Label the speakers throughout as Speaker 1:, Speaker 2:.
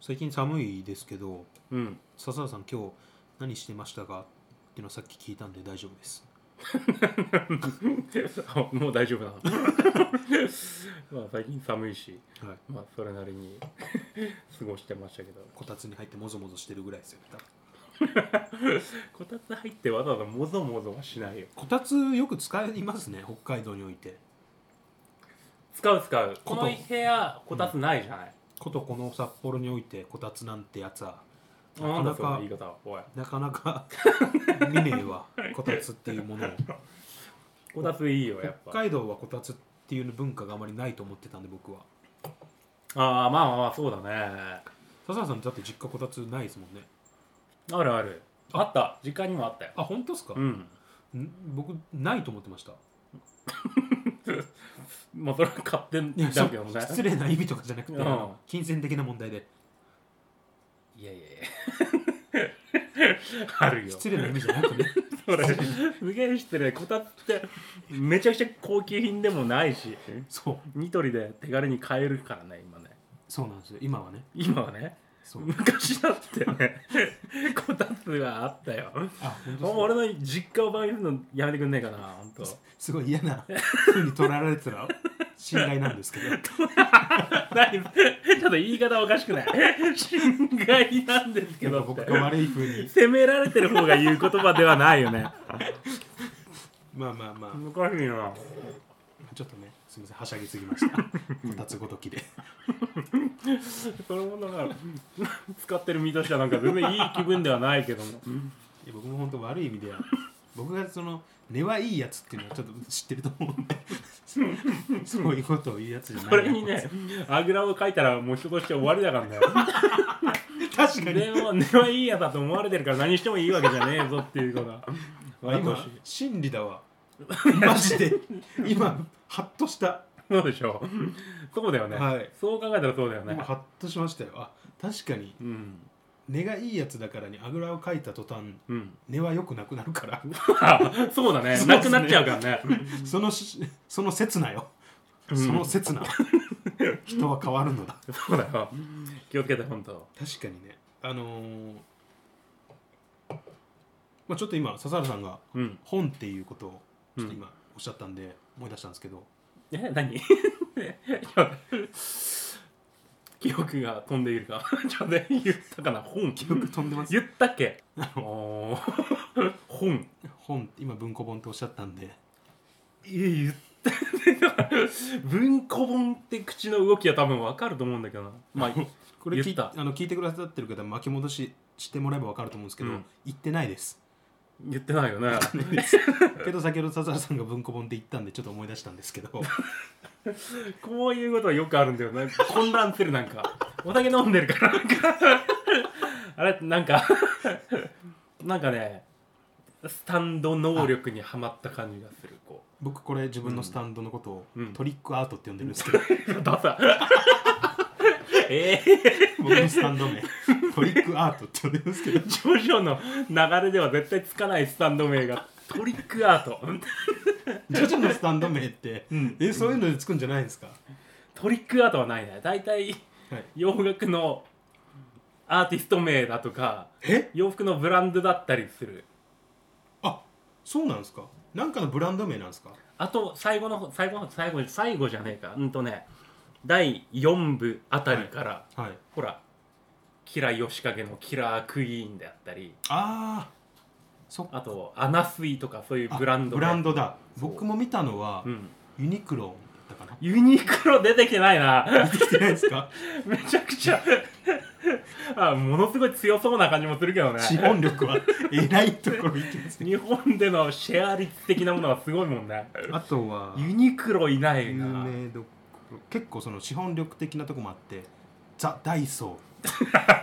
Speaker 1: 最近寒いですけど
Speaker 2: うん
Speaker 1: 笹田さん今日何してましたかっていうのをさっき聞いたんで大丈夫です
Speaker 2: あ もう大丈夫だ なまあ最近寒いし
Speaker 1: はい
Speaker 2: まあそれなりに 過ごしてましたけど
Speaker 1: こたつに入ってもぞもぞしてるぐらいですよ多分
Speaker 2: こたつ入ってわざわざもぞもぞはしないよ
Speaker 1: こたつよく使いますね北海道において
Speaker 2: 使う使う
Speaker 1: こ
Speaker 2: こ
Speaker 1: の
Speaker 2: の部屋こたつないじゃない、
Speaker 1: ことこの札幌においてこたつなんてやつは
Speaker 2: あなん
Speaker 1: なか
Speaker 2: だそ
Speaker 1: な
Speaker 2: の
Speaker 1: か
Speaker 2: 言い方はおい
Speaker 1: なかなか 見ねえわこたつっていうものを
Speaker 2: こたついいよやっ
Speaker 1: 北
Speaker 2: ぱ
Speaker 1: 海道はこたつっていう文化があまりないと思ってたんで僕は
Speaker 2: ああまあまあまあそうだね
Speaker 1: 笹田さんだって実家こたつないですもんね
Speaker 2: あるあるあった時間にもあったよ
Speaker 1: あ本当ですか、
Speaker 2: うん
Speaker 1: ん僕ないと思ってました
Speaker 2: まあそれは勝手
Speaker 1: いや
Speaker 2: だけどね
Speaker 1: そう失礼な意味とかじゃなくて、
Speaker 2: うん
Speaker 1: あの金銭的な問題で
Speaker 2: いやいやいや あるよ
Speaker 1: 失礼な意味じゃなくて
Speaker 2: それすげえ失礼こたつってめちゃくちゃ高級品でもないし
Speaker 1: そう
Speaker 2: ニトリで手軽に買えるからね今ね
Speaker 1: そうなんですよ今はね
Speaker 2: 今はね
Speaker 1: そう
Speaker 2: 昔だってねこたつはあったよ
Speaker 1: あ本
Speaker 2: もう
Speaker 1: 当
Speaker 2: 俺
Speaker 1: ですか
Speaker 2: の実家をバカにするのやめてくんねえかな本当。
Speaker 1: すごい嫌な風に取られてたら信頼なんですけど
Speaker 2: 何ちょっと言い方おかしくない侵害なんですけ
Speaker 1: やっ
Speaker 2: ど
Speaker 1: ぱ
Speaker 2: っ
Speaker 1: 僕
Speaker 2: て
Speaker 1: が悪い風に
Speaker 2: 責められてる方が言う言葉ではないよね
Speaker 1: まあまあまあ
Speaker 2: 難しいな
Speaker 1: ちょっとねすみませんはしゃぎすぎましたこたつごときで
Speaker 2: それもだから使ってる身としてはなんか全然いい気分ではないけども
Speaker 1: いや僕も本当悪い意味では僕がその根はいいやつっていうのはちょっと知ってると思 うんでそういうことを言うやつじゃない
Speaker 2: これにねあぐらをかいたらもう人として終わりだからね
Speaker 1: 確かに
Speaker 2: でも根はいいやだと思われてるから何してもいいわけじゃねえぞっていうことは分かってほ
Speaker 1: 今
Speaker 2: しい
Speaker 1: 真理だ わマジで今ハッとした
Speaker 2: そうでしょうそうだよね、
Speaker 1: はい
Speaker 2: そう考えたらそうだよね
Speaker 1: 今ハッとしましたよあ確かに
Speaker 2: うん
Speaker 1: 根がいいやつだからにあぐらをかいた途端
Speaker 2: うん
Speaker 1: 根は良くなくなるから
Speaker 2: そうだね
Speaker 1: そうですね
Speaker 2: なくなっちゃうからね
Speaker 1: そのしその刹那よ、
Speaker 2: うん
Speaker 1: その刹那人は変わるのだ
Speaker 2: そうだよ気をつけて本当
Speaker 1: 確かにねあのーまあ、ちょっと今笹原さんが
Speaker 2: うん
Speaker 1: 本っていうことをちょっと今おっしゃったんで思い出したんですけど、
Speaker 2: え 何いや記憶が飛んでいるかちょっとね言ったかな本
Speaker 1: 記憶飛んでます
Speaker 2: 言ったっけおー本
Speaker 1: 本って今文庫本っておっしゃったんで
Speaker 2: いや言った文庫本って口の動きは多分わかると思うんだけどなまあ
Speaker 1: これ聞
Speaker 2: 言
Speaker 1: い
Speaker 2: った
Speaker 1: あの聞いてくださってる方巻き戻ししてもらえば分かると思うんですけど、
Speaker 2: うん
Speaker 1: 言ってないです
Speaker 2: 言ってないよね
Speaker 1: けど先ほど笹原さんが文庫本って言ったんでちょっと思い出したんです けど
Speaker 2: こういうことはよくあるんだよね混乱するなんかお酒飲んでるからなんかあれなんかなんかねスタンド能力にはまった感じがするこ
Speaker 1: 僕これ自分のスタンドのことを
Speaker 2: うん
Speaker 1: トリックアートって呼んでるんです けど、
Speaker 2: うダサえ
Speaker 1: 僕のスタンド名トリックアートって呼んでるんです けど
Speaker 2: ー、ジョジョの流れでは絶対つかないスタンド名がトリックアート
Speaker 1: ジョジョのスタンド名って、
Speaker 2: うん
Speaker 1: えそういうのでつくんじゃないんですか、
Speaker 2: トリックアートはないね大体
Speaker 1: はい、
Speaker 2: 洋楽のアーティスト名だとか
Speaker 1: え
Speaker 2: 洋服のブランドだったりする
Speaker 1: あそうなんですかなんかのブランド名なんですか
Speaker 2: あと最後の方最後の最後最後じゃねえかうんとね第4部あたりから、
Speaker 1: はい
Speaker 2: ほらキラヨシカゲのキラークイーンであったり
Speaker 1: ああそっか
Speaker 2: あとアナスイとかそういうブランド
Speaker 1: ブラン
Speaker 2: ド、
Speaker 1: ドだ
Speaker 2: そう
Speaker 1: 僕も見たのは、
Speaker 2: うん、
Speaker 1: ユニクロだったかな
Speaker 2: ユニクロ出てきてないな
Speaker 1: 出てきてないですか
Speaker 2: めちゃくちゃ あものすごい強そうな感じもするけどね
Speaker 1: 資本力はえらいところいきますね
Speaker 2: 日本でのシェア率的なものはすごいもんね
Speaker 1: あとは
Speaker 2: ユニクロいない
Speaker 1: 有
Speaker 2: な
Speaker 1: 名どころ結構その資本力的なとこもあってザ・ダイソー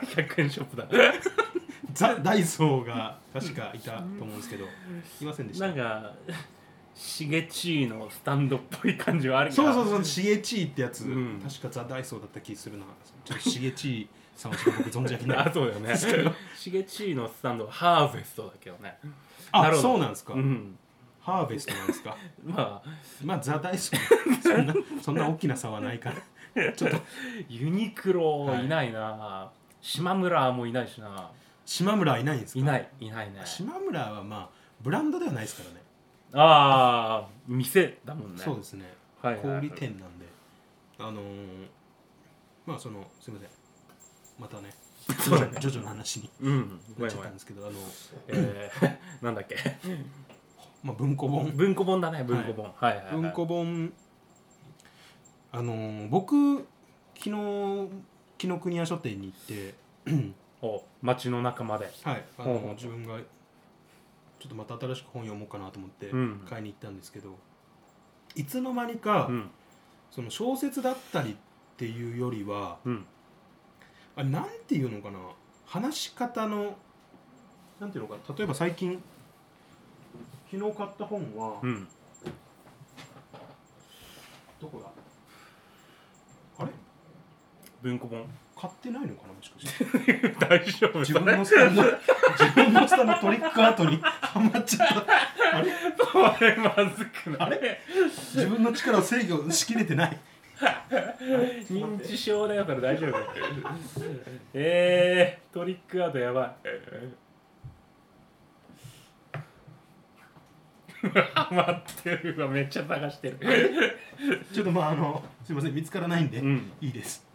Speaker 2: 100円ショップだ
Speaker 1: ザ・ダイソーが確かいたと思うんですけどいませんでした
Speaker 2: なんかしげちいのスタンドっぽい感じはあるけど
Speaker 1: そうそうそうシゲチーってやつ、
Speaker 2: うん
Speaker 1: 確かザ・ダイソーだった気するなちょっとシゲチーさんはちょっと僕存じ上げな
Speaker 2: あ
Speaker 1: い
Speaker 2: そうだよねしげちいのスタンドはハーベストだけどねな
Speaker 1: あ
Speaker 2: るほど
Speaker 1: そうなんですか、
Speaker 2: うん
Speaker 1: ハーベストなんですか
Speaker 2: まあ
Speaker 1: まあザ・ダイソーそんなそんな大きな差はないからちょっと
Speaker 2: ユニクロいないな、島村もいないしな
Speaker 1: 島村はいないんですか
Speaker 2: いないいないね
Speaker 1: 島村はまあブランドではないですからね
Speaker 2: ああ店だもんね
Speaker 1: そうですね
Speaker 2: はいはい
Speaker 1: 小
Speaker 2: はい
Speaker 1: 売店なんであのー、まあそのすいませんまたね
Speaker 2: そうだね
Speaker 1: ジョジョの話に
Speaker 2: うん
Speaker 1: なっ
Speaker 2: ごめん
Speaker 1: ちゃっ
Speaker 2: ごめ
Speaker 1: たん
Speaker 2: ん
Speaker 1: ですけどあの、
Speaker 2: えー、なんだっけ
Speaker 1: まあ、文庫本
Speaker 2: 文庫本だね文庫本はいはいはい
Speaker 1: 文庫本あのー、僕昨日紀ノ国屋書店に行って
Speaker 2: お街の中まで
Speaker 1: はい、あ
Speaker 2: ほうほうほ
Speaker 1: の
Speaker 2: う
Speaker 1: 自分がちょっとまた新しく本読もうかなと思って
Speaker 2: うん
Speaker 1: 買いに行ったんですけど、いつの間にか、
Speaker 2: うん
Speaker 1: その小説だったりっていうよりは
Speaker 2: うん
Speaker 1: あれなんていうのかな話し方のなんていうのか例えば最近昨日買った本は、
Speaker 2: うん
Speaker 1: どこだあれ
Speaker 2: 文庫本
Speaker 1: 買ってないのかなもしかして
Speaker 2: 大丈夫
Speaker 1: 自
Speaker 2: そ
Speaker 1: 分
Speaker 2: れ
Speaker 1: の 下の自分の下のトリックアートに ハマっちゃったあれ
Speaker 2: それまずくない
Speaker 1: 自分の力を制御しきれてない
Speaker 2: 認知症だよそれ大丈 夫えー、トリックアートやばいハマってるわめっちゃ探してる
Speaker 1: ちょっとまああのすいません見つからないんで、
Speaker 2: うん
Speaker 1: いいです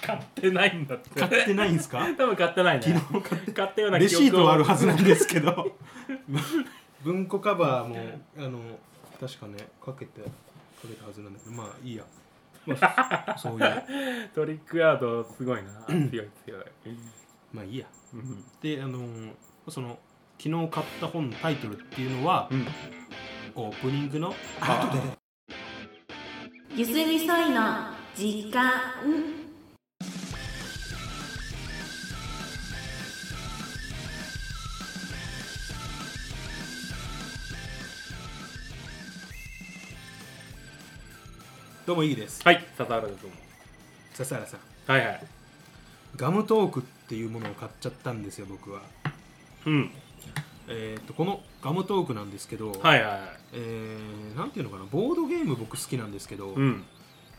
Speaker 2: 買ってないんだって
Speaker 1: 買ってないんですか
Speaker 2: 多分買ってないね
Speaker 1: 昨日買って
Speaker 2: 買ったような
Speaker 1: レシートはある
Speaker 2: は
Speaker 1: はずなんですけど 文庫カバーもあの確かねかけてかけたはずなんだけどまあいいや、ま あ、そういう
Speaker 2: トリックアート すごいな強い強い、
Speaker 1: まあいいや
Speaker 2: うん
Speaker 1: であのその昨日買った本のタイトルっていうのは
Speaker 2: うん、
Speaker 1: オープニングの
Speaker 2: あ
Speaker 1: 後で
Speaker 3: ゆすみそいの時間
Speaker 1: どうもいいです
Speaker 2: はい笹原ですどうも
Speaker 1: 笹原さん
Speaker 2: はいはい
Speaker 1: ガムトークっていうものを買っちゃったんですよ僕は
Speaker 2: うん
Speaker 1: えっ、とこのガムトークなんですけど、
Speaker 2: はいはいはい
Speaker 1: えー、なんていうのかなボードゲーム僕好きなんですけど、
Speaker 2: うん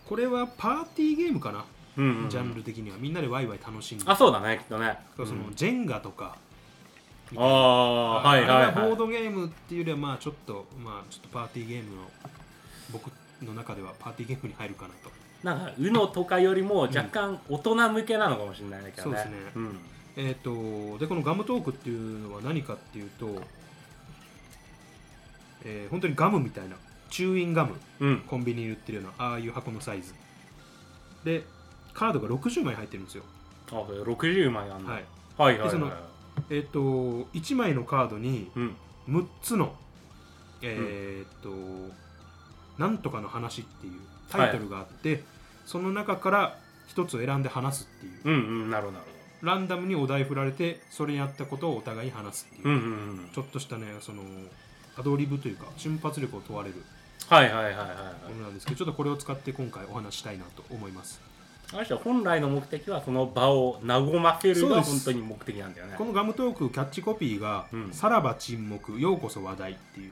Speaker 1: これはパーティーゲームかな、
Speaker 2: うん、うん、
Speaker 1: ジャンル的にはみんなでワイワイ楽しんで
Speaker 2: あそうだねきっとね
Speaker 1: その、
Speaker 2: うん
Speaker 1: ジェンガとか
Speaker 2: ああはいはい
Speaker 1: あれ
Speaker 2: は
Speaker 1: ボ
Speaker 2: い
Speaker 1: ードゲームっていうよりはまあちょっとまあちょっとパーティーゲームの僕の中ではパーティーゲームに入るかなと
Speaker 2: なんか UNO とかよりも若干大人向けなのかもしれないね、今日
Speaker 1: そうですね
Speaker 2: うん、
Speaker 1: えっ、とでこのガムトークっていうのは何かっていうと、えー本当にガムみたいなチューインガム
Speaker 2: うん、
Speaker 1: コンビニに売ってるようなああいう箱のサイズでカードが60枚入ってるんですよ、
Speaker 2: あそれ60枚あんの、
Speaker 1: はい、
Speaker 2: はいはい
Speaker 1: でその
Speaker 2: はい
Speaker 1: えっ、と1枚のカードに
Speaker 2: うん
Speaker 1: 6つの、えーっと「なんとかの話」っていうタイトルがあって、その中から1つを選んで話すっていう、
Speaker 2: うんうんなるほどなる
Speaker 1: ランダムにお題振られてそれにあったことをお互いに話すっていう、
Speaker 2: ほどうんうんうん
Speaker 1: ちょっとしたねそのアドリブというか瞬発力を問われる
Speaker 2: はいはいはいはいはい
Speaker 1: ものなんですけどちょっとこれを使って今回お話ししたいなと思います、
Speaker 2: あの人は本来の目的はその場を和ませるの
Speaker 1: そう
Speaker 2: が
Speaker 1: です
Speaker 2: 本当に目的なんだよね
Speaker 1: このガムトークキャッチコピーが「
Speaker 2: うん
Speaker 1: さらば沈黙ようこそ話題」っていう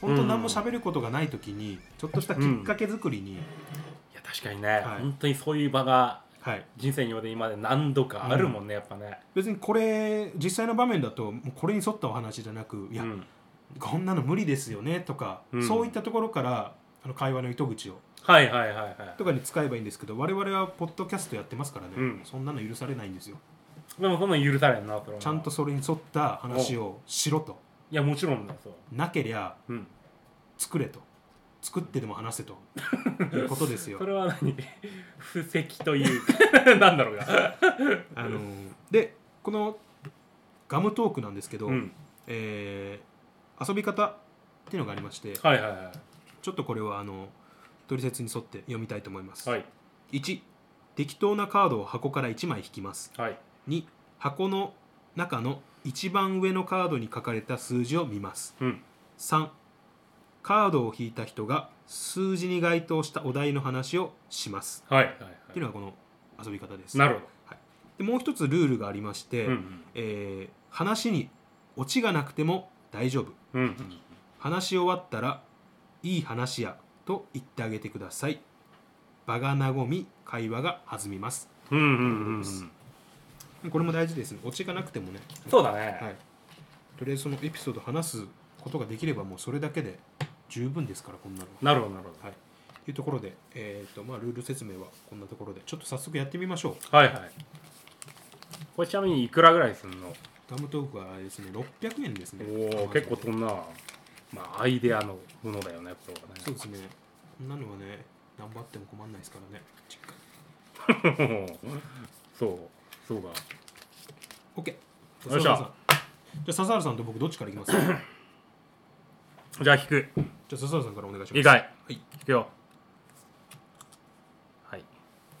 Speaker 1: 本当何も喋ることがない時にちょっとしたきっかけ作りに、
Speaker 2: いや確かにね、
Speaker 1: はい
Speaker 2: 本当にそういう場が
Speaker 1: はい、
Speaker 2: 人生において今まで何度かあるもんね、やっぱね
Speaker 1: 別にこれ実際の場面だともうこれに沿ったお話じゃなくいや、
Speaker 2: うん、
Speaker 1: こんなの無理ですよねとか、
Speaker 2: うん
Speaker 1: そういったところからあの会話の糸口を
Speaker 2: はいはいはいはい
Speaker 1: とかに使えばいいんですけど我々はポッドキャストやってますからね、
Speaker 2: うん
Speaker 1: そんなの許されないんですよ
Speaker 2: でもそんなの許されんなそれは
Speaker 1: ちゃんとそれに沿った話をしろと
Speaker 2: いやもちろんだそう
Speaker 1: なけりゃ
Speaker 2: うん
Speaker 1: 作れと作ってでも話せということですよ
Speaker 2: それは 何布石というか なんだろうが
Speaker 1: あのでこのガムトークなんですけど、
Speaker 2: うん
Speaker 1: えー遊び方っていうのがありまして、
Speaker 2: はいはいは
Speaker 1: ちょっとこれはあの取説に沿って読みたいと思います、
Speaker 2: いはい
Speaker 1: 1適当なカードを箱から1枚引きます
Speaker 2: はい
Speaker 1: 2箱の中の一番上のカードに書かれた数字を見ます
Speaker 2: うん
Speaker 1: 3カードを引いた人が数字に該当したお題の話をします
Speaker 2: はいはいは
Speaker 1: っていうのがこの遊び方です
Speaker 2: いなるほ
Speaker 1: でもう一つルールがありまして、
Speaker 2: どうん
Speaker 1: えー話にオチがなくても大丈夫
Speaker 2: うんうん
Speaker 1: 話し終わったら「いい話や」と言ってあげてください場が和み会話が弾みます
Speaker 2: うんうんうんうんうん
Speaker 1: これも大事ですねオチがなくてもね、
Speaker 2: そうだね、
Speaker 1: はい、とりあえずそのエピソード話すことができればもうそれだけで十分ですからこんなのは
Speaker 2: なるほどなるほ
Speaker 1: はいというところで、えーとまあ、ルール説明はこんなところでちょっと早速やってみましょう
Speaker 2: どはいはいこれちなみにいくらぐらいすんの
Speaker 1: ダムトークはですね600円ですね
Speaker 2: おお結構飛んなまあアイデアのものだよねこれはね
Speaker 1: そうですねこんなのはね頑張っても困んないですからね実家
Speaker 2: そうそうか
Speaker 1: OK
Speaker 2: よっし
Speaker 1: 笹原
Speaker 2: ゃ
Speaker 1: さんじゃあ笹原さんと僕どっちから いきますじゃあ
Speaker 2: じゃあ引く
Speaker 1: 笹原さんからお願いします
Speaker 2: いいかい
Speaker 1: はい
Speaker 2: 引くよはい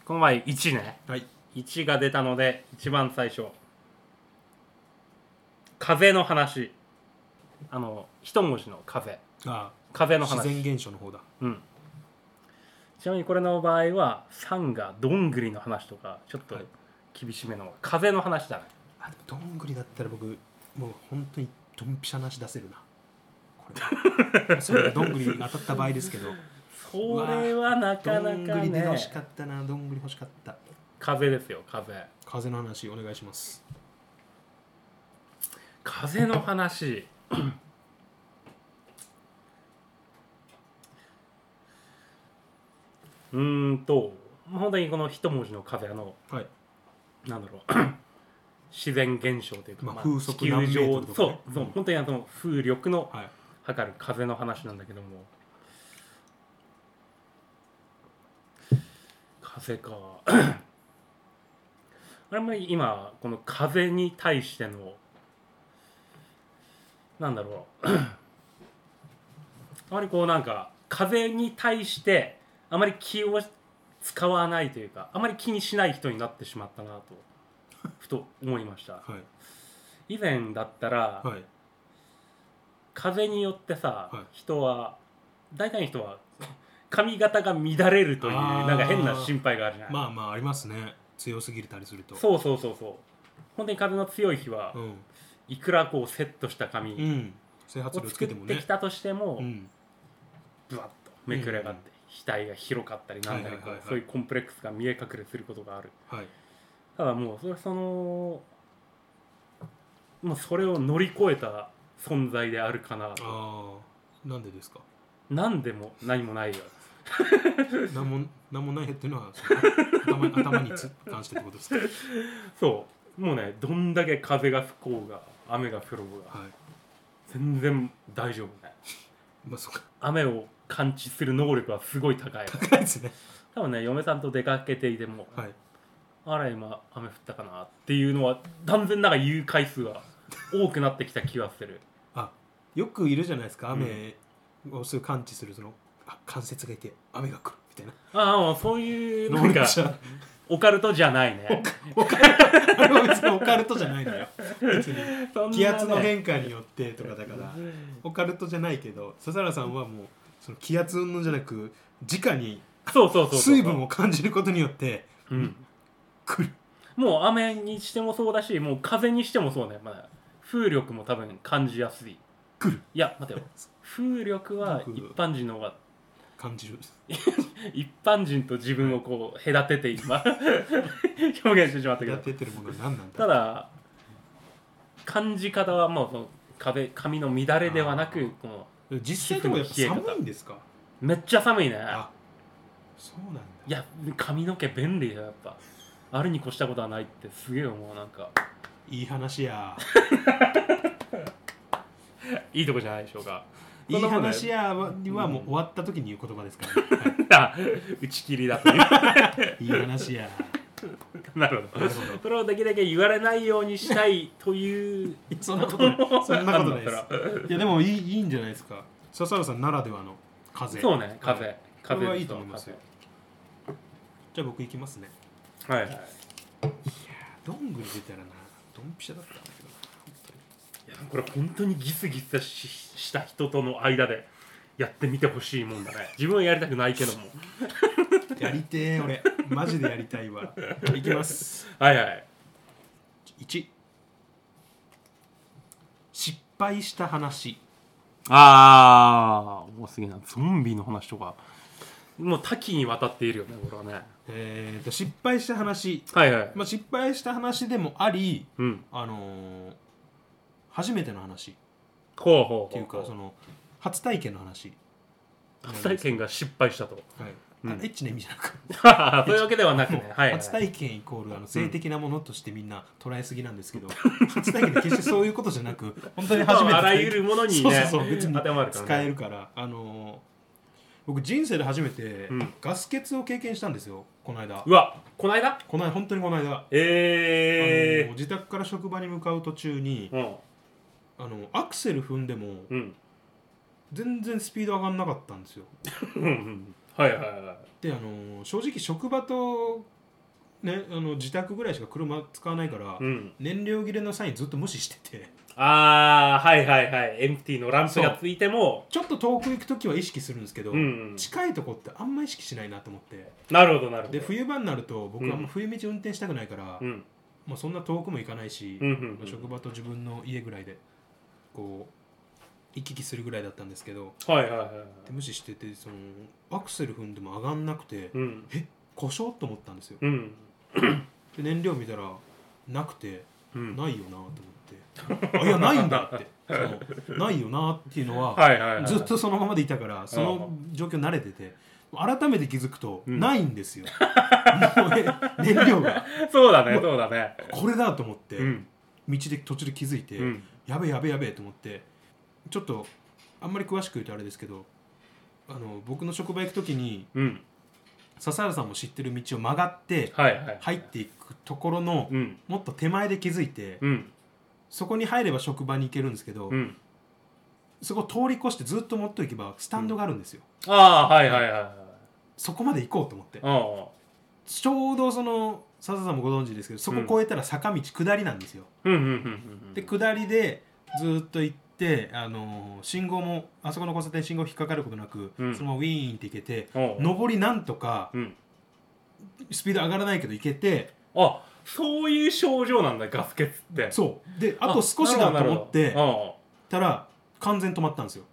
Speaker 2: この前1ね
Speaker 1: はい
Speaker 2: 1が出たので一番最初風の話あの一文字の風
Speaker 1: あ
Speaker 2: 風
Speaker 1: あ
Speaker 2: の
Speaker 1: 自
Speaker 2: 話
Speaker 1: 然現象の方だ
Speaker 2: うんちなみにこれの場合は3がどんぐりの話とかちょっと
Speaker 1: はい
Speaker 2: 厳しめの、風の話だね
Speaker 1: あでもどんぐりだったら僕もう本当にドンピシャなし出せるなこ れはそれがどんぐりに当たった場合ですけど
Speaker 2: それはなかな
Speaker 1: どんぐ
Speaker 2: か
Speaker 1: りで
Speaker 2: ね
Speaker 1: 欲しかったなどんぐり欲しかった
Speaker 2: 風ですよ風
Speaker 1: 風の話お願いします
Speaker 2: 風の話うーんと本当にこの一文字の風あの
Speaker 1: はい
Speaker 2: なんだろう自然現象というか、
Speaker 1: まあ風速何メー
Speaker 2: 地
Speaker 1: トル
Speaker 2: 球上
Speaker 1: とか
Speaker 2: そ
Speaker 1: ね
Speaker 2: うそう本当にあの風力の
Speaker 1: はい
Speaker 2: 測る風の話なんだけども風か あんまり今この風に対してのなんだろう あまりこうなんか風に対してあまり気を使わないというかあまり気にしない人になってしまったなとふと思いました
Speaker 1: はい
Speaker 2: 以前だったら、
Speaker 1: はい
Speaker 2: 風によってさ、
Speaker 1: はい
Speaker 2: 人は大体の人は髪型が乱れるという
Speaker 1: あー
Speaker 2: なんか変な心配があるじゃない、
Speaker 1: まあまあありますね強すぎたりすると
Speaker 2: そうそうそうそう本当に風の強い日は、
Speaker 1: うん
Speaker 2: いくらこうセットした髪
Speaker 1: う
Speaker 2: を
Speaker 1: ん整髪料つ
Speaker 2: 作
Speaker 1: け
Speaker 2: って
Speaker 1: も
Speaker 2: て
Speaker 1: ね
Speaker 2: きたとしても、
Speaker 1: うん
Speaker 2: ブワッとめくれ上がって、額が広かったりなんだり、
Speaker 1: はいはいはいはい
Speaker 2: そういうコンプレックスが見え隠れすることがある
Speaker 1: はい
Speaker 2: ただもうそれそのもうそれを乗り越えた存在であるかなと
Speaker 1: ああなんでですか
Speaker 2: 何でも何もないよ
Speaker 1: なんもなんもないっていうのはその頭頭につ関してってこと ですか
Speaker 2: そうもうねどんだけ風が吹こうが雨が降ろうが
Speaker 1: はい
Speaker 2: 全然大丈夫ね
Speaker 1: まあそうか
Speaker 2: 雨を感知する能力はすごい高い
Speaker 1: 高いですね
Speaker 2: 多分ね嫁さんと出かけていても、
Speaker 1: はい
Speaker 2: あら今雨降ったかなっていうのは断然なんか言う回数が多くなってきた気がする
Speaker 1: あよくいるじゃないですか雨をすぐ感知するその、あ関節がいて雨が来るみたいな
Speaker 2: ああもうそういうな
Speaker 1: 能
Speaker 2: ん
Speaker 1: 力
Speaker 2: か
Speaker 1: 者
Speaker 2: オカルトじゃない ね
Speaker 1: あれは別にオカルトじゃないのよ別に
Speaker 2: そんな ね
Speaker 1: 気圧の変化によってとかだからオカルトじゃないけど笹原さんはもうその気圧云々じゃなく直に
Speaker 2: そうそうそうそう
Speaker 1: 水分を感じることによって
Speaker 2: うん
Speaker 1: 来る
Speaker 2: もう雨にしてもそうだしもう風にしてもそうね、まあ、風力も多分感じやすい
Speaker 1: 来る
Speaker 2: いや待てよ風力は
Speaker 1: 僕
Speaker 2: 一般人の方が
Speaker 1: 感じる
Speaker 2: 一般人と自分をこう隔てて今 表現してしまったけ
Speaker 1: や
Speaker 2: ど
Speaker 1: ってってるものは何なんだ
Speaker 2: ただ感じ方はもうその風髪の乱れではな
Speaker 1: あ
Speaker 2: くこの
Speaker 1: 実際でもやっぱ寒いんですか
Speaker 2: めっちゃ寒いね
Speaker 1: あそうなんだ
Speaker 2: いや髪の毛便利だよやっぱあるに越したことはないってすげえ思うなんか
Speaker 1: いい話 や
Speaker 2: いいとこじゃないでしょう か
Speaker 1: いい話
Speaker 2: や
Speaker 1: やはもう終わった時に言う言葉ですから、 ねは
Speaker 2: 打ち切りだという
Speaker 1: い、いい話 や
Speaker 2: なるほ
Speaker 1: な
Speaker 2: ど
Speaker 1: るほど
Speaker 2: それをできるだけ言われないようにしたいという
Speaker 1: いやそんなことないそんなことないで
Speaker 2: あんだったら
Speaker 1: すいやでもいいいいんじゃないですか笹原さんならではの風
Speaker 2: そうね風、
Speaker 1: はい
Speaker 2: 風
Speaker 1: これ
Speaker 2: です
Speaker 1: はいいと思いますよじゃあ僕行きますね
Speaker 2: 風はい、はい、
Speaker 1: どんぐり出たらなドンピシャだったんだけどな本当に
Speaker 2: いやこれ本当にギスギスしした人との間でやってみてほしいもんだ ね自分はやりたくないけども
Speaker 1: やりてえ 俺マジでやりたいわいきます
Speaker 2: はいはい
Speaker 1: 1失敗した話
Speaker 2: ああ多すぎなゾンビの話とかもう多岐にわたっているよねこれはね
Speaker 1: えーと失敗した話、
Speaker 2: はいはい
Speaker 1: まあ、失敗した話でもあり、
Speaker 2: うん
Speaker 1: あのー初めての話っ
Speaker 2: ほうほうほうほ
Speaker 1: ていうかその初体験の話、
Speaker 2: 初体験が失敗したと
Speaker 1: はい
Speaker 2: うん
Speaker 1: あエッチな意味じゃなく
Speaker 2: そういうわけではなくねはい、はい、
Speaker 1: 初体験イコールあの性的なものとしてみんな捉えすぎなんですけど、初体験って決してそういうことじゃな く本当に初めて
Speaker 2: あらゆるものにね
Speaker 1: そうそうそう別に
Speaker 2: 当てはまるからね
Speaker 1: 使えるからあのー僕人生で初めて
Speaker 2: うん
Speaker 1: ガス欠を経験したんですよこの間
Speaker 2: うわこないだ
Speaker 1: この間本当にこの間、あのー
Speaker 2: え
Speaker 1: 自宅から職場に向かう途中に
Speaker 2: え、ー、
Speaker 1: あのアクセル踏んでも
Speaker 2: うん
Speaker 1: 全然スピード上がんなかったんですよ
Speaker 2: うんうんはいはいはい
Speaker 1: であのー正直職場とねあの自宅ぐらいしか車使わないから、
Speaker 2: うん
Speaker 1: 燃料切れのサインずっと無視してて
Speaker 2: あーはいはいはいエンプティのランプがついても
Speaker 1: ちょっと遠く行く時は意識するんですけど、
Speaker 2: うん
Speaker 1: 近いとこってあんま意識しないなと思って
Speaker 2: なるほどなるほど
Speaker 1: で冬場になると僕
Speaker 2: うん
Speaker 1: はあんま冬道運転したくないから、
Speaker 2: うん
Speaker 1: もうそんな遠くも行かないし、
Speaker 2: うんうんうん
Speaker 1: 職場と自分の家ぐらいでこう行き来するぐらいだったんですけど
Speaker 2: はいはいはいはい
Speaker 1: で無視しててそのアクセル踏んでも上がんなくて、
Speaker 2: うん
Speaker 1: え故障と思ったんですよ
Speaker 2: うん
Speaker 1: で燃料見たらなくて
Speaker 2: うん
Speaker 1: ないよなと思ってあいやないんだってそのないよなっていうのは
Speaker 2: はいはいはい
Speaker 1: ずっとそのままでいたからその状況慣れてて改めて気づくと
Speaker 2: うん
Speaker 1: ないん ですよ、もうね燃料が
Speaker 2: そうだねそうだね
Speaker 1: これだと思って、
Speaker 2: うん
Speaker 1: 道で途中で気づいて、
Speaker 2: うん
Speaker 1: やべえやべえやべえと思ってちょっとあんまり詳しく言うとあれですけどあの僕の職場行く時に
Speaker 2: うん
Speaker 1: 笹原さんも知ってる道を曲がって
Speaker 2: はいはい
Speaker 1: 入っていくところの
Speaker 2: うん
Speaker 1: もっと手前で気づいて
Speaker 2: うん
Speaker 1: そこに入れば職場に行けるんですけど、
Speaker 2: うん
Speaker 1: そこ通り越してずっと持っていけばスタンドがあるんですよ、
Speaker 2: ああーはいはいはいはい
Speaker 1: そこまで行こうと思って
Speaker 2: ああ
Speaker 1: ちょうどその笹田さんもご存知ですけどそこ越えたら坂道下りなんですよ、
Speaker 2: うんうんうんうんうん
Speaker 1: で下りでずっと行って、あのー信号もあそこの交差点信号引っかかることなく、
Speaker 2: うん
Speaker 1: そのままウィーンって行けて
Speaker 2: おう
Speaker 1: 上りなんとか
Speaker 2: うん
Speaker 1: スピード上がらないけど行けて
Speaker 2: あそういう症状なんだガス欠って
Speaker 1: そうであと少しだと思ってたら完全止まったんですよ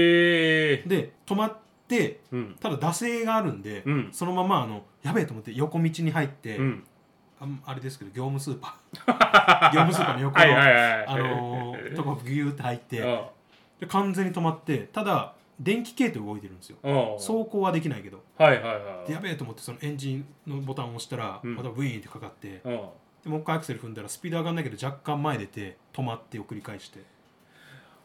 Speaker 2: へえ
Speaker 1: で止まって
Speaker 2: うん
Speaker 1: ただ惰性があるんで、
Speaker 2: うん
Speaker 1: そのままあのやべえと思って横道に入って、
Speaker 2: うん
Speaker 1: あんあれですけど業務スーパー 業務スーパーの横の、
Speaker 2: はいはいはいはい
Speaker 1: あのーとこギューって入って
Speaker 2: あ
Speaker 1: で完全に止まってただ電気系統動いてるんですよ
Speaker 2: あああ
Speaker 1: 走行はできないけど
Speaker 2: はいはいはい
Speaker 1: でやべえと思ってそのエンジンのボタンを押したら、
Speaker 2: うん
Speaker 1: またブイーンってかかって
Speaker 2: うん
Speaker 1: でもう一回アクセル踏んだらスピード上がんないけど若干前出て止まってを繰り返して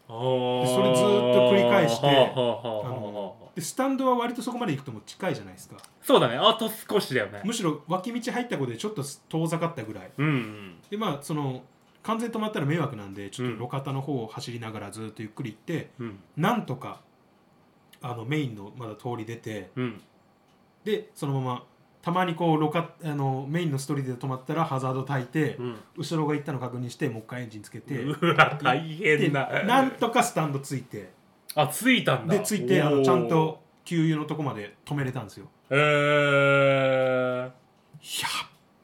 Speaker 2: そ
Speaker 1: それずーっと繰り返してあの
Speaker 2: て
Speaker 1: でスタンドは割とそこまで行くともう近いじゃないですか
Speaker 2: そうだねあと少しだよね
Speaker 1: むしろ脇道入ったことでちょっと遠ざかったぐらい
Speaker 2: うんうん
Speaker 1: でまあその完全に止まったら迷惑なんでちょっと路肩の方を走りながらずっとゆっくり行って、
Speaker 2: うん
Speaker 1: なんとかあのメインのまだ通り出て
Speaker 2: うん
Speaker 1: でそのままたまにこう路肩あのメインのストリートで止まったらハザード焚いて、
Speaker 2: うん
Speaker 1: 後ろが行ったの確認してもう一回エンジンつけて、
Speaker 2: うわ大
Speaker 1: で
Speaker 2: 変だ
Speaker 1: なんとかスタンドついて
Speaker 2: あついたん
Speaker 1: で
Speaker 2: だ
Speaker 1: ついてあ
Speaker 2: お
Speaker 1: の
Speaker 2: ー
Speaker 1: ちゃんと給油のとこまで止めれたんですよ
Speaker 2: へえ
Speaker 1: やっ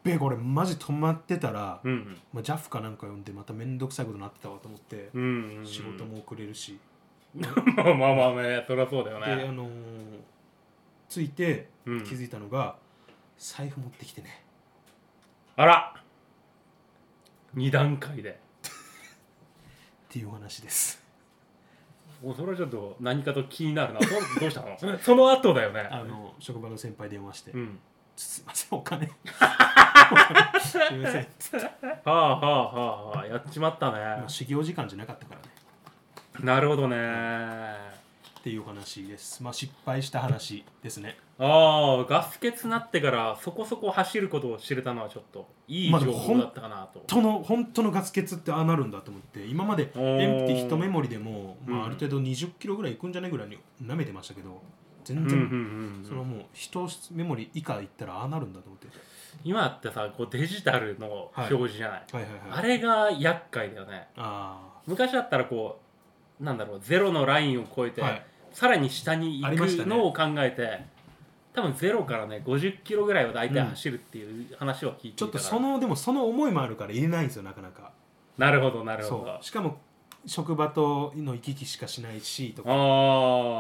Speaker 1: べえこれマジ止まってたら、
Speaker 2: うん
Speaker 1: まあ、JAF かなんか呼んでまた面倒くさいことになってたわと思って、
Speaker 2: うんうん
Speaker 1: 仕事も遅れるし、
Speaker 2: まあまあまあねそりゃそうだよ
Speaker 1: であ
Speaker 2: ね
Speaker 1: のーついて気
Speaker 2: うん
Speaker 1: づいたのが、財布持ってきてね
Speaker 2: あら二段階で
Speaker 1: っていうお話です
Speaker 2: おそれはちょっと何かと気になるなどどうしたの その後だよね
Speaker 1: あの職場の先輩電話して、
Speaker 2: うん
Speaker 1: すいませんお 金すいません
Speaker 2: はあはあはあはあやっちまった
Speaker 1: ま
Speaker 2: ね
Speaker 1: あ修行時間じゃなかったからね
Speaker 2: なるほどね
Speaker 1: っていうお話ですまあ失敗した話ですね
Speaker 2: ああガス欠になってからそこそこ走ることを知れたのはちょっといい
Speaker 1: ま
Speaker 2: 情
Speaker 1: あでも
Speaker 2: 報だったかなと、
Speaker 1: との本当のガス欠ってああなるんだと思って今まで
Speaker 2: お
Speaker 1: エンプティ
Speaker 2: ー
Speaker 1: 一メモリでも、ま
Speaker 2: うん
Speaker 1: あ、ある程度20キロぐらいいくんじゃないぐらいに舐めてましたけど全
Speaker 2: うん
Speaker 1: 然、
Speaker 2: うんうんうん
Speaker 1: それはもう一メモリ以下いったらああなるんだと思って
Speaker 2: 今ってさこうデジタルの表示じゃない、
Speaker 1: はいはいはい
Speaker 2: あれが厄介だよね
Speaker 1: あ
Speaker 2: 昔だったらこうなんだろうゼロのラインを越え
Speaker 1: ー
Speaker 2: て、
Speaker 1: はい
Speaker 2: さらに下に行
Speaker 1: ありました
Speaker 2: く
Speaker 1: ね
Speaker 2: のを考えて、多分ゼロからね50キロぐらいは大体走るっていう話は聞いてい
Speaker 1: ち
Speaker 2: た
Speaker 1: ょっ
Speaker 2: から
Speaker 1: とそのでもその思いもあるから入れないんですよなかなか
Speaker 2: なるほどなるほ
Speaker 1: そ
Speaker 2: ど
Speaker 1: うしかも職場との行き来しかしないしとか
Speaker 2: ああ